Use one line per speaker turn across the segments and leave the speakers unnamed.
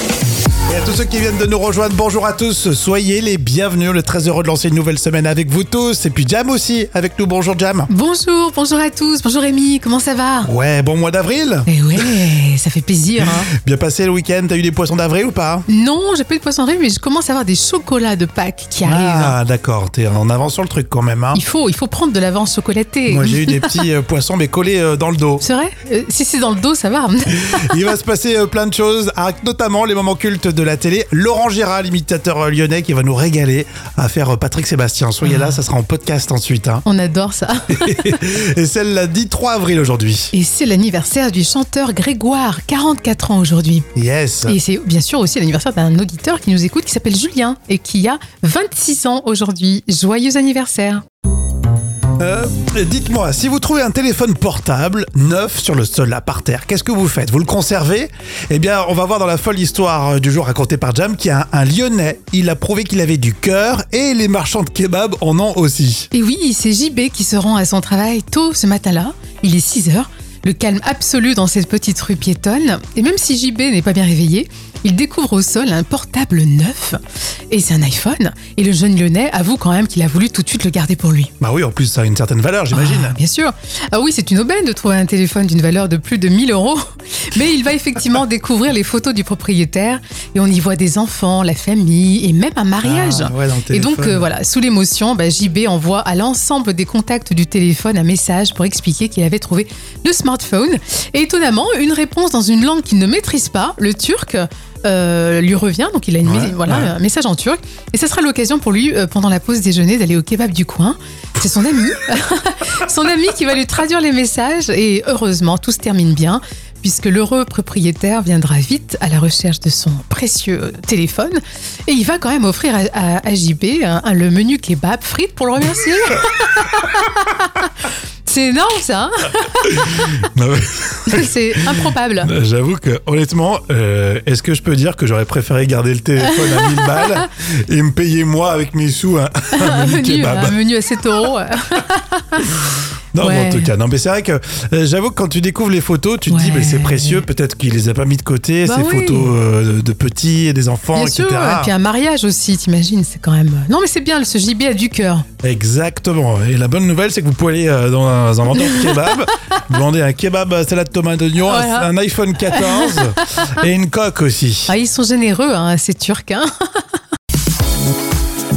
Et à tous ceux qui viennent de nous rejoindre, bonjour à tous, soyez les bienvenus, le très heureux de lancer une nouvelle semaine avec vous tous, et puis Jam aussi avec nous, bonjour Jam.
Bonjour, bonjour à tous, bonjour Rémi, comment ça va
Ouais, bon mois d'avril
Eh ouais, ça fait plaisir. hein.
Bien passé le week-end, t'as eu des poissons d'avril ou pas
Non, j'ai pas eu de poissonnerie, mais je commence à avoir des chocolats de Pâques qui arrivent.
Ah d'accord, t'es en avance sur le truc quand même. Hein.
Il faut, il faut prendre de l'avance chocolatée.
Moi j'ai eu des petits euh, poissons mais collés euh, dans le dos.
C'est vrai Euh, Si c'est dans le dos, ça va.
Il va se passer euh, plein de choses, avec notamment les moments cultes de la télé. Laurent Gérard, l'imitateur euh, lyonnais, qui va nous régaler à faire euh, Patrick Sébastien.
Ah.
Soyez là, ça sera en podcast ensuite. hein.
On adore ça.
Et celle la dit 3 avril aujourd'hui.
Et c'est l'anniversaire du chanteur Grégoire, 44 ans aujourd'hui.
Yes.
Et c'est bien sûr aussi l'anniversaire d'un auditeur qui nous écoute qui s'appelle Julien et qui a 26 ans aujourd'hui. Joyeux anniversaire.
Euh, Dites-moi, si vous trouvez un téléphone portable neuf sur le sol, là par terre, qu'est-ce que vous faites Vous le conservez Eh bien, on va voir dans la folle histoire euh, du jour racontée par Jam qu'il y a un, un Lyonnais. Il a prouvé qu'il avait du cœur et les marchands de kebab en ont aussi.
Et oui, c'est JB qui se rend à son travail tôt ce matin-là. Il est 6 heures. Le calme absolu dans cette petite rue piétonne. Et même si JB n'est pas bien réveillé, il découvre au sol un portable neuf. Et c'est un iPhone. Et le jeune Lyonnais avoue quand même qu'il a voulu tout de suite le garder pour lui.
Bah oui, en plus ça a une certaine valeur, j'imagine.
Ah, bien sûr. Ah oui, c'est une aubaine de trouver un téléphone d'une valeur de plus de 1000 euros. Mais il va effectivement découvrir les photos du propriétaire. Et on y voit des enfants, la famille et même un mariage.
Ah, ouais, dans le
Et donc
téléphone.
euh, voilà, sous l'émotion, bah, JB envoie à l'ensemble des contacts du téléphone un message pour expliquer qu'il avait trouvé le smartphone. Et étonnamment, une réponse dans une langue qu'il ne maîtrise pas, le turc, euh, lui revient. Donc il a une,
Ouais,
voilà,
ouais.
un message en turc. Et ça sera l'occasion pour lui, euh, pendant la pause déjeuner, d'aller au kebab du coin. C'est son ami, son ami qui va lui traduire les messages. Et heureusement, tout se termine bien. Puisque l'heureux propriétaire viendra vite à la recherche de son précieux euh, téléphone et il va quand même offrir à, à- à JB un- un- le menu kebab frites pour le remercier. C'est énorme ça, hein
Bah ouais. bah,
c'est improbable.
J'avoue que honnêtement, euh, est-ce que je peux dire que j'aurais préféré garder le téléphone à 1000 balles et me payer moi avec mes sous hein, un, un
Un
menu
menu,
kebab
un menu à 7 euros.
Non, mais en
Ouais.
tout cas, non, mais c'est vrai que euh, j'avoue que quand tu découvres les photos, tu te dis,
Ouais.
mais c'est précieux, peut-être qu'il les a pas mis de côté,
Bah
ces
oui.
photos euh, de petits et des enfants,
Bien
etc.
sûr, et puis un mariage aussi, t'imagines, c'est quand même... Non mais c'est bien, ce JB a du cœur.
Exactement. Et la bonne nouvelle, c'est que vous pouvez aller euh, dans un, un vendeur de kebab, demander un kebab à salade tomate oignon, un-
Voilà.
un iPhone 14 et une coque aussi.
Ah, ils sont généreux, hein, ces Turcs. hein.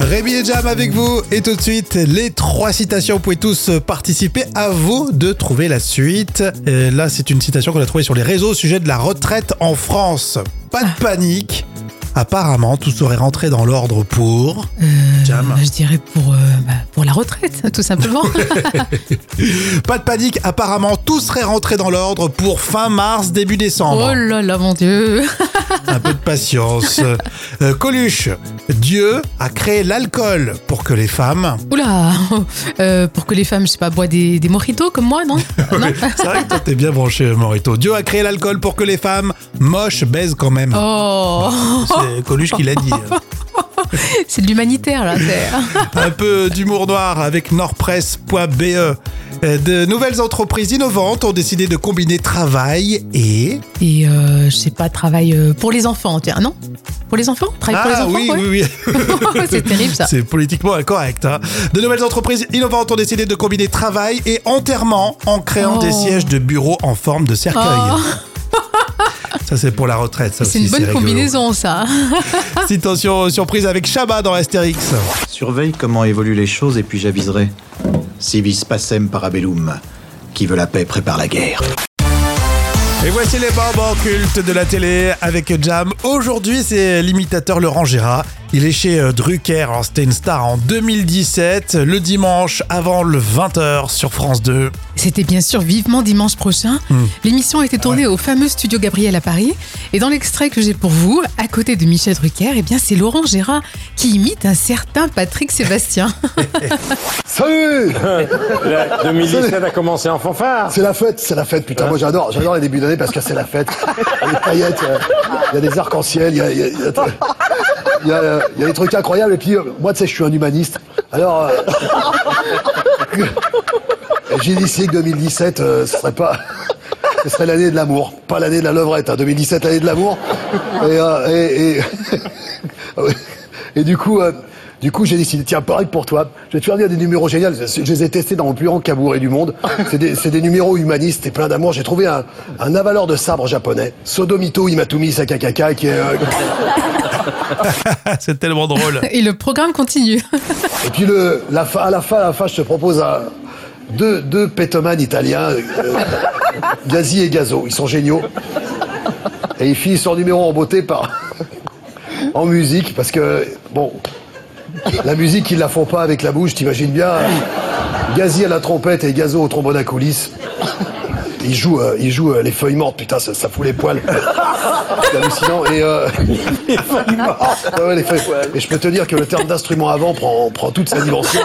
Rémi et Jam avec vous. Et tout de suite, les trois citations. Vous pouvez tous participer à vous de trouver la suite. Et là, c'est une citation qu'on a trouvée sur les réseaux au sujet de la retraite en France. Pas de panique. Apparemment, tout serait rentré dans l'ordre pour. Jam.
Bah, je dirais pour, euh, bah, pour la retraite, hein, tout simplement.
Pas de panique. Apparemment, tout serait rentré dans l'ordre pour fin mars, début décembre.
oh là là, mon Dieu.
Un peu de patience. Euh, Coluche. Dieu a créé l'alcool pour que les femmes.
Oula, euh, pour que les femmes, je sais pas, boivent des, des mojitos comme moi, non Non
C'est vrai que toi t'es bien branché, Morito. Dieu a créé l'alcool pour que les femmes moches baisent quand même.
Oh
C'est Coluche qui l'a dit. euh.
C'est de l'humanitaire là. c'est- hein.
Un peu d'humour noir avec nordpresse.be. Euh, De nouvelles entreprises innovantes ont décidé de combiner travail et...
Et euh, je sais pas, travail euh, pour les enfants, tiens, non Pour les enfants Travail Ah, pour les enfants
Ah oui,
ouais.
oui, oui.
C'est terrible ça.
C'est politiquement incorrect. hein. De nouvelles entreprises innovantes ont décidé de combiner travail et enterrement en créant
Oh.
des sièges de bureaux en forme de cercueil.
Oh.
Ça, c'est pour la retraite, ça
C'est
aussi,
une bonne
rigolo.
combinaison ça.
Citation surprise avec Shabba dans Astérix.
Surveille comment évoluent les choses et puis j'aviserai. Civis pacem parabellum. Qui veut la paix prépare la guerre.
Et voici les moments cultes de la télé avec Jam. Aujourd'hui, c'est l'imitateur Laurent Gérard. Il est chez euh, Drucker, alors c'était une star en 2017, le dimanche avant le 20h sur France 2.
C'était bien sûr vivement dimanche prochain. L'émission a été tournée au fameux studio Gabriel à Paris. Et dans l'extrait que j'ai pour vous, à côté de Michel Drucker, eh bien c'est Laurent Gérard qui imite un certain Patrick Sébastien.
Salut
La 2017 a commencé en fanfare.
C'est la fête, c'est la fête, putain, moi j'adore, j'adore les débuts d'année parce que c'est la fête. Il y a des paillettes, euh, il y a des arcs-en-ciel, il y a, il y a- il y a- il y a, euh, il y a des trucs incroyables, et puis euh, moi tu sais, je suis un humaniste. Alors, euh, j'ai décidé que 2017, euh, ce serait pas... ce serait l'année de l'amour, pas l'année de la levrette. Hein. 2017, l'année de l'amour. Et, euh, et, Ah et- et du coup, euh, du coup, j'ai décidé, tiens, pareil pour toi. Je vais te faire dire des numéros géniaux. Je les ai testés dans le plus grand cabaret du monde. C'est des, c'est des numéros humanistes et plein d'amour. J'ai trouvé un, un avaleur de sabre japonais, Sodomito Imatumi Sakakaka, qui est euh,
Ah, C'est tellement drôle.
Et le programme continue.
Et puis le, la fin, à la fin, à la fin, je te propose un- deux, deux pétomanes italiens, euh, Gazi et Gazo. Ils sont géniaux. Et ils finissent leur numéro en beauté par, en musique, parce que, bon, la musique, ils la font pas avec la bouche, t'imagines bien. Gazi à la trompette et Gazo au trombone à coulisses. Ils jouent, euh, ils jouent euh, les feuilles mortes, putain, ça, ça fout les poils. C'est hallucinant. Et, euh, ah ouais, les feuilles. Et je peux te dire que le terme d'instrument avant prend, prend toute sa dimension.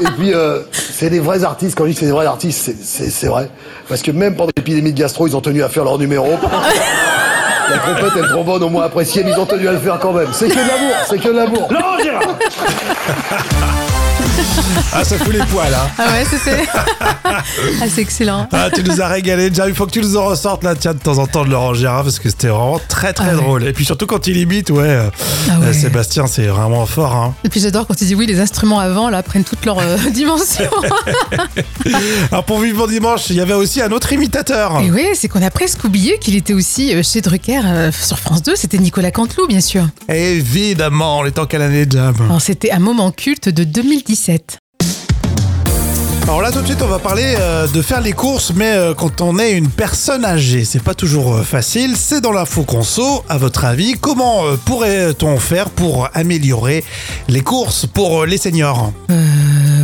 Et puis, euh, c'est des vrais artistes. Quand je dis que c'est des vrais artistes, c'est- c'est c'est vrai. Parce que même pendant l'épidémie de gastro, ils ont tenu à faire leur numéro. La trompette et le trombone au moins apprécié, mais ils ont tenu à le faire quand même. C'est que de l'amour, c'est que de l'amour.
Non, Gérard
Ah, ça fout les poils, hein.
Ah ouais, c'était. ah, c'est excellent.
Ah, tu nous as régalé. Déjà, il faut que tu nous en ressortes, là, tiens, de temps en temps, de Laurent Gérard, parce que c'était vraiment très, très
Ah ouais.
drôle. Et puis surtout quand il imite, ouais. euh,
Ah ouais.
euh, Sébastien, c'est vraiment fort, hein.
Et puis j'adore quand il dit oui, les instruments avant, là, prennent toute leur euh, dimension.
Alors, pour Vivre Dimanche, il y avait aussi un autre imitateur.
Et oui, c'est qu'on a presque oublié qu'il était aussi euh, chez Drucker euh, sur France 2. C'était Nicolas Canteloup, bien sûr.
Évidemment, les temps qu'à l'année de jam.
Alors, c'était un moment culte de 2017.
Alors là tout de suite on va parler euh, de faire les courses mais euh, quand on est une personne âgée c'est pas toujours euh, facile c'est dans l'info conso à votre avis comment euh, pourrait-on faire pour améliorer les courses pour euh, les seniors
Euh,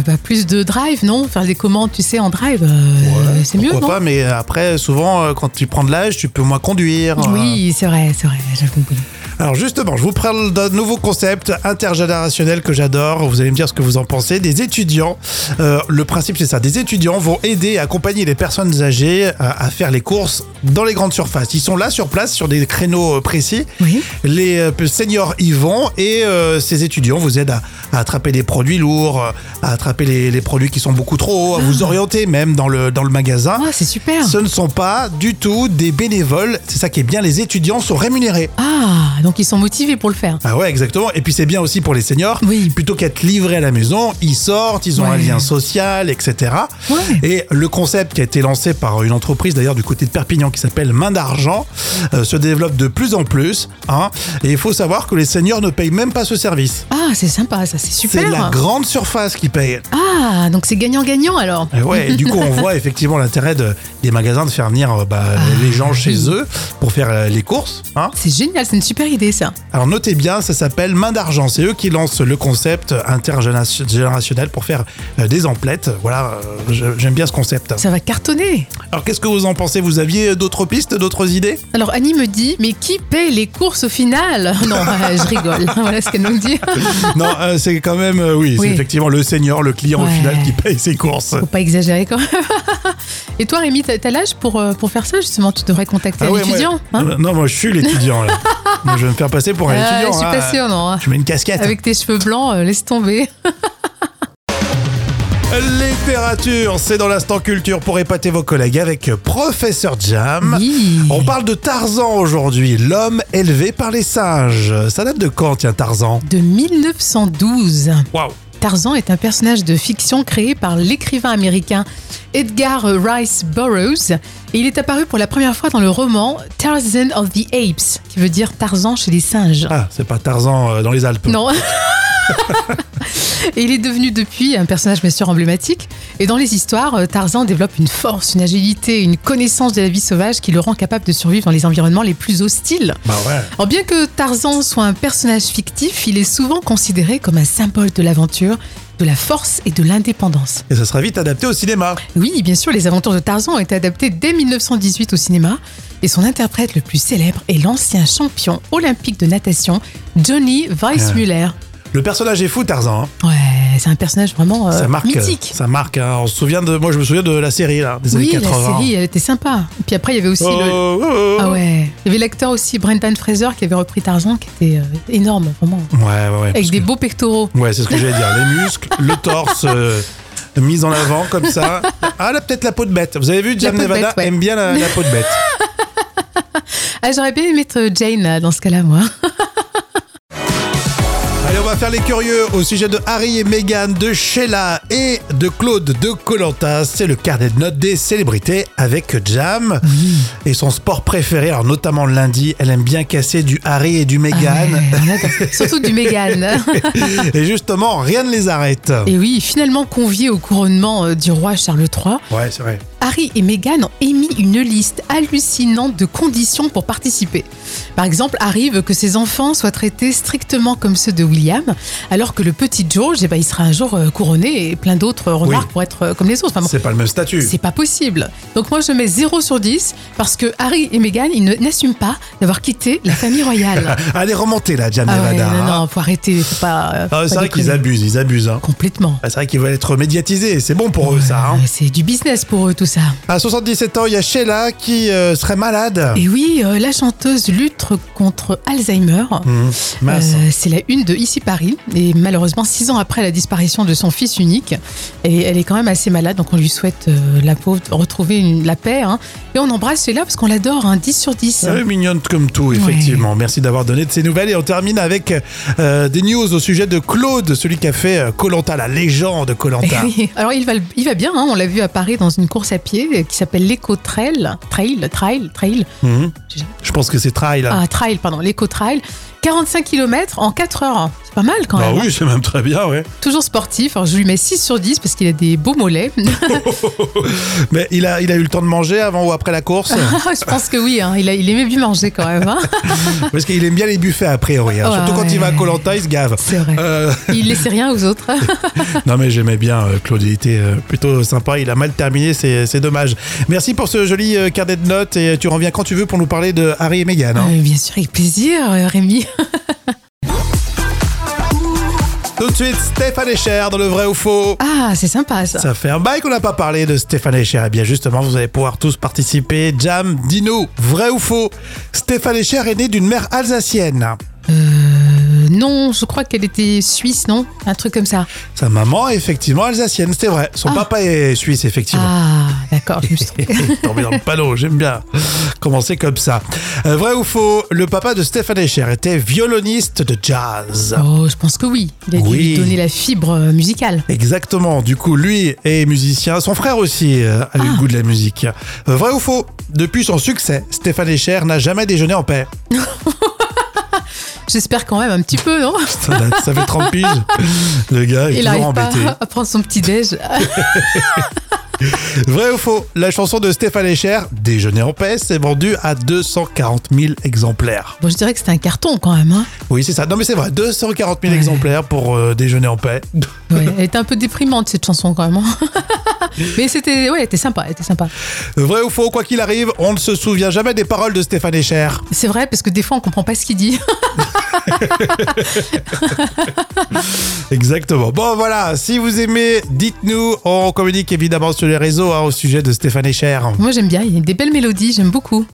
bah, plus de drive, non Faire des commandes, tu sais, en drive, euh, c'est mieux,
pourquoi
non
pas mais euh, après souvent euh, quand tu prends de l'âge tu peux moins conduire
Oui, c'est vrai, c'est vrai, j'ai compris.
Alors justement, je vous parle d'un nouveau concept intergénérationnel que j'adore. Vous allez me dire ce que vous en pensez. Des étudiants, euh, le principe c'est ça, des étudiants vont aider, accompagner les personnes âgées euh, à, à faire les courses dans les grandes surfaces. Ils sont là sur place, sur des créneaux euh, précis.
Oui.
Les euh, seniors y vont et euh, ces étudiants vous aident à, à attraper les produits lourds, euh, à attraper les, les produits qui sont beaucoup trop hauts, à vous orienter même dans le, dans le magasin.
Ah, c'est super
Ce ne sont pas du tout des bénévoles, c'est ça qui est bien, les étudiants sont rémunérés.
Ah, donc ils sont motivés pour le faire.
Ah ouais, exactement. Et puis c'est bien aussi pour les seniors.
Oui.
Plutôt qu'être livrés à la maison, ils sortent, ils ont un
Ouais.
lien social, etc.
Ouais.
Et le concept qui a été lancé par une entreprise d'ailleurs du côté de Perpignan qui s'appelle Main d'argent euh, se développe de plus en plus. Hein. Et il faut savoir que les seniors ne payent même pas ce service.
Ah, c'est sympa, ça, c'est super
C'est la grande surface qui paye.
Ah, donc c'est gagnant-gagnant alors
Et ouais, et du coup, on voit effectivement l'intérêt de- des magasins de faire venir euh, bah,
Ah
les gens chez eux pour faire euh, les courses. Hein.
C'est génial, c'est une super idée ça.
Alors notez bien, ça s'appelle Main d'argent. C'est eux qui lancent le concept intergénérationnel pour faire euh, des emplettes. Voilà, euh, je- j'aime bien ce concept.
Ça va cartonner.
Alors qu'est-ce que vous en pensez Vous aviez euh, d'autres pistes, d'autres idées
Alors Annie me dit, mais qui paie les courses au final Non, euh, je rigole. Voilà ce qu'elle nous dit.
Non, euh, c'est quand même, euh, oui, c'est
Oui.
effectivement le senior, le client au
Ouais.
final qui paye ses courses.
Faut pas exagérer quand même. Et toi Rémi, t'as t'as l'âge pour, euh, pour faire ça justement Tu devrais contacter
Ah
un
ouais,
étudiant.
moi-
hein
non, non, moi je suis l'étudiant. là. Moi, je vais me faire passer pour un
Ah,
étudiant.
je suis
hein.
pas sûre, non.
Je mets une casquette.
Avec tes cheveux blancs, euh, laisse tomber.
Littérature, c'est dans l'instant culture pour épater vos collègues avec Professeur Jam.
Oui.
On parle de Tarzan aujourd'hui, l'homme élevé par les singes. Ça date de quand, tiens, Tarzan
De 1912.
Waouh
Tarzan est un personnage de fiction créé par l'écrivain américain Edgar Rice Burroughs et il est apparu pour la première fois dans le roman Tarzan of the Apes, qui veut dire Tarzan chez les singes.
Ah, c'est pas Tarzan euh, dans les Alpes.
Non. Et il est devenu depuis un personnage bien sûr emblématique. Et dans les histoires, euh, Tarzan développe une force, une agilité, une connaissance de la vie sauvage qui le rend capable de survivre dans les environnements les plus hostiles.
Bah ouais.
Alors bien que Tarzan soit un personnage fictif, il est souvent considéré comme un symbole de l'aventure, de la force et de l'indépendance.
Et ça sera vite adapté au cinéma.
Oui, bien sûr, les aventures de Tarzan ont été adaptées dès 1918 au cinéma et son interprète le plus célèbre est l'ancien champion olympique de natation Johnny Weissmuller.
Le personnage est fou, Tarzan. hein.
Ouais, c'est un personnage vraiment euh,
ça marque. euh,
mythique.
Ça marque. hein. On se souvient de. Moi, je me souviens de la série, là, des
Oui,
années 80.
la série, elle était sympa. Et puis après, il y avait aussi
Oh,
le...
oh, oh.
Ah ouais. Il y avait l'acteur aussi, Brendan Fraser, qui avait repris Tarzan, qui était euh, énorme, vraiment.
Ouais, ouais, ouais. parce
Avec des
que-
beaux pectoraux.
Ouais, c'est ce que j'allais dire. Les muscles, le torse. euh, mise en avant comme ça. Ah, là, peut-être la peau de bête. Vous avez vu, Jam
peau de
Nevada
bête, ouais.
aime bien la, la peau de bête.
Ah, j'aurais bien aimé être Jane là, dans ce cas-là, moi.
Allez, on va faire les curieux au sujet de Harry et Meghan, de Sheila et de Claude de Colanta. C'est le carnet de notes des célébrités avec Jam et son sport préféré. Alors, notamment le lundi, elle aime bien casser du Harry et du
Ah
Meghan.
ouais, on adore. Surtout du Mégane.
et justement, rien ne les arrête.
Ah Et oui, finalement conviés au couronnement euh, du roi Charles III,
Ouais, c'est vrai.
Harry et Meghan ont émis une liste hallucinante de conditions pour participer. Par exemple, Harry veut que ses enfants soient traités strictement comme ceux de William, alors que le petit George, eh ben, il sera un jour euh, couronné et plein d'autres euh, remarques
Oui.
pour être euh, comme les autres. Enfin, bon,
C'est pas le même statut.
c'est pas possible. Donc moi, je mets 0 sur 10 parce que Harry et Meghan, ils ne- n'assument pas d'avoir quitté la famille royale.
Allez, remontez là, Jam
ah ouais,
Nevada.
non,
hein.
non, faut arrêter, faut pas. euh,
Ah,
faut
c'est
pas
vrai qu'ils
déconner.
abusent, ils abusent. hein.
Complètement.
Ah, C'est vrai qu'ils veulent être médiatisés, c'est bon pour eux ça. hein.
Ouais, C'est du business pour eux tout ça.
À 77 ans, il y a Sheila qui euh, serait malade.
Et oui, euh, la chanteuse lutte contre Alzheimer.
Mmh, mince.
Euh, c'est la une de Ici Paris. Et malheureusement, six ans après la disparition de son fils unique, elle, elle est quand même assez malade. Donc on lui souhaite, euh, la pauvre, de retrouver une- la paix. hein. Et on embrasse Sheila parce qu'on l'adore, hein, 10 sur 10.
Elle est mignonne comme tout, effectivement. Merci d'avoir donné de ces nouvelles. Et on termine avec euh, des news au sujet de Claude, celui qui a fait euh, Colanta, la légende Colanta.
Eh Oui. Alors il va, le- il va bien, hein. on l'a vu à Paris dans une course à pied euh, qui s'appelle l'éco-trail. Trail, trail, trail.
Je pense que c'est trail. hein. là.
Ah, trail, pardon, l'éco-trail. 45 km en 4 heures. C'est pas mal quand
Ah
même. hein.
oui, c'est même très bien, ouais.
Toujours sportif, alors je lui mets 6 sur 10 parce qu'il a des beaux mollets.
Mais il a, il a eu le temps de manger avant ou après la course
je pense que oui, hein. il, a- il aimait bien manger quand même. hein.
Parce qu'il aime bien les buffets, a priori. hein.
Ouais,
Surtout quand il va à
ouais.
Colanta, il se gave.
C'est vrai.
Euh,
Il laissait rien aux autres.
Non mais j'aimais bien euh, Claude, il était euh, plutôt sympa, il a mal terminé, c'est c'est dommage. Merci pour ce joli euh, carnet de notes et tu reviens quand tu veux pour nous parler de Harry et Meghan. hein.
Euh, bien sûr, avec plaisir, euh, Rémi.
Tout de suite, Stéphane Echer dans le vrai ou faux.
Ah, c'est sympa ça.
Ça fait un bail qu'on n'a pas parlé de Stéphane Echer. Et bien justement, vous allez pouvoir tous participer. Jam, Dino, vrai ou faux Stéphane Echer est né d'une mère alsacienne.
Euh, non, je crois qu'elle était suisse, non Un truc comme ça.
Sa maman est effectivement alsacienne, c'est vrai. Son
Ah.
papa est suisse, effectivement.
Ah, d'accord, je me suis trompée.
Tombé dans le panneau, j'aime bien. Commencer comme ça. Euh, vrai ou faux, le papa de Stéphane Echer était violoniste de jazz.
Oh, je pense que oui. Il a dû
Oui.
lui donner la fibre euh, musicale.
Exactement, du coup, lui est musicien, son frère aussi euh, a eu
Ah.
le goût de la musique. Euh, vrai ou faux, depuis son succès, Stéphane Echer n'a jamais déjeuné en paix.
J'espère quand même un petit peu, non
Ça, date- ça fait 30 piges. Le gars est
Il
toujours
n'arrive pas
embêté.
à prendre son petit déj. Ah,
Vrai ou faux, la chanson de Stéphane Echer, Déjeuner en paix, s'est vendue à 240 000 exemplaires.
Bon, je dirais que c'était un carton quand même. hein.
Oui, c'est ça. Non, mais c'est vrai, 240 000
Ouais.
exemplaires pour euh, Déjeuner en paix.
Ouais, elle était un peu déprimante cette chanson quand même. hein. Mais c'était, ouais, elle était sympa, elle était sympa.
Vrai ou faux, quoi qu'il arrive, on ne se souvient jamais des paroles de Stéphane Echer.
C'est vrai parce que des fois on comprend pas ce qu'il dit.
Exactement. Bon, voilà, si vous aimez, dites-nous. On communique évidemment sur les réseaux hein, au sujet de Stéphane Echer.
Moi j'aime bien, il y a des belles mélodies, j'aime beaucoup.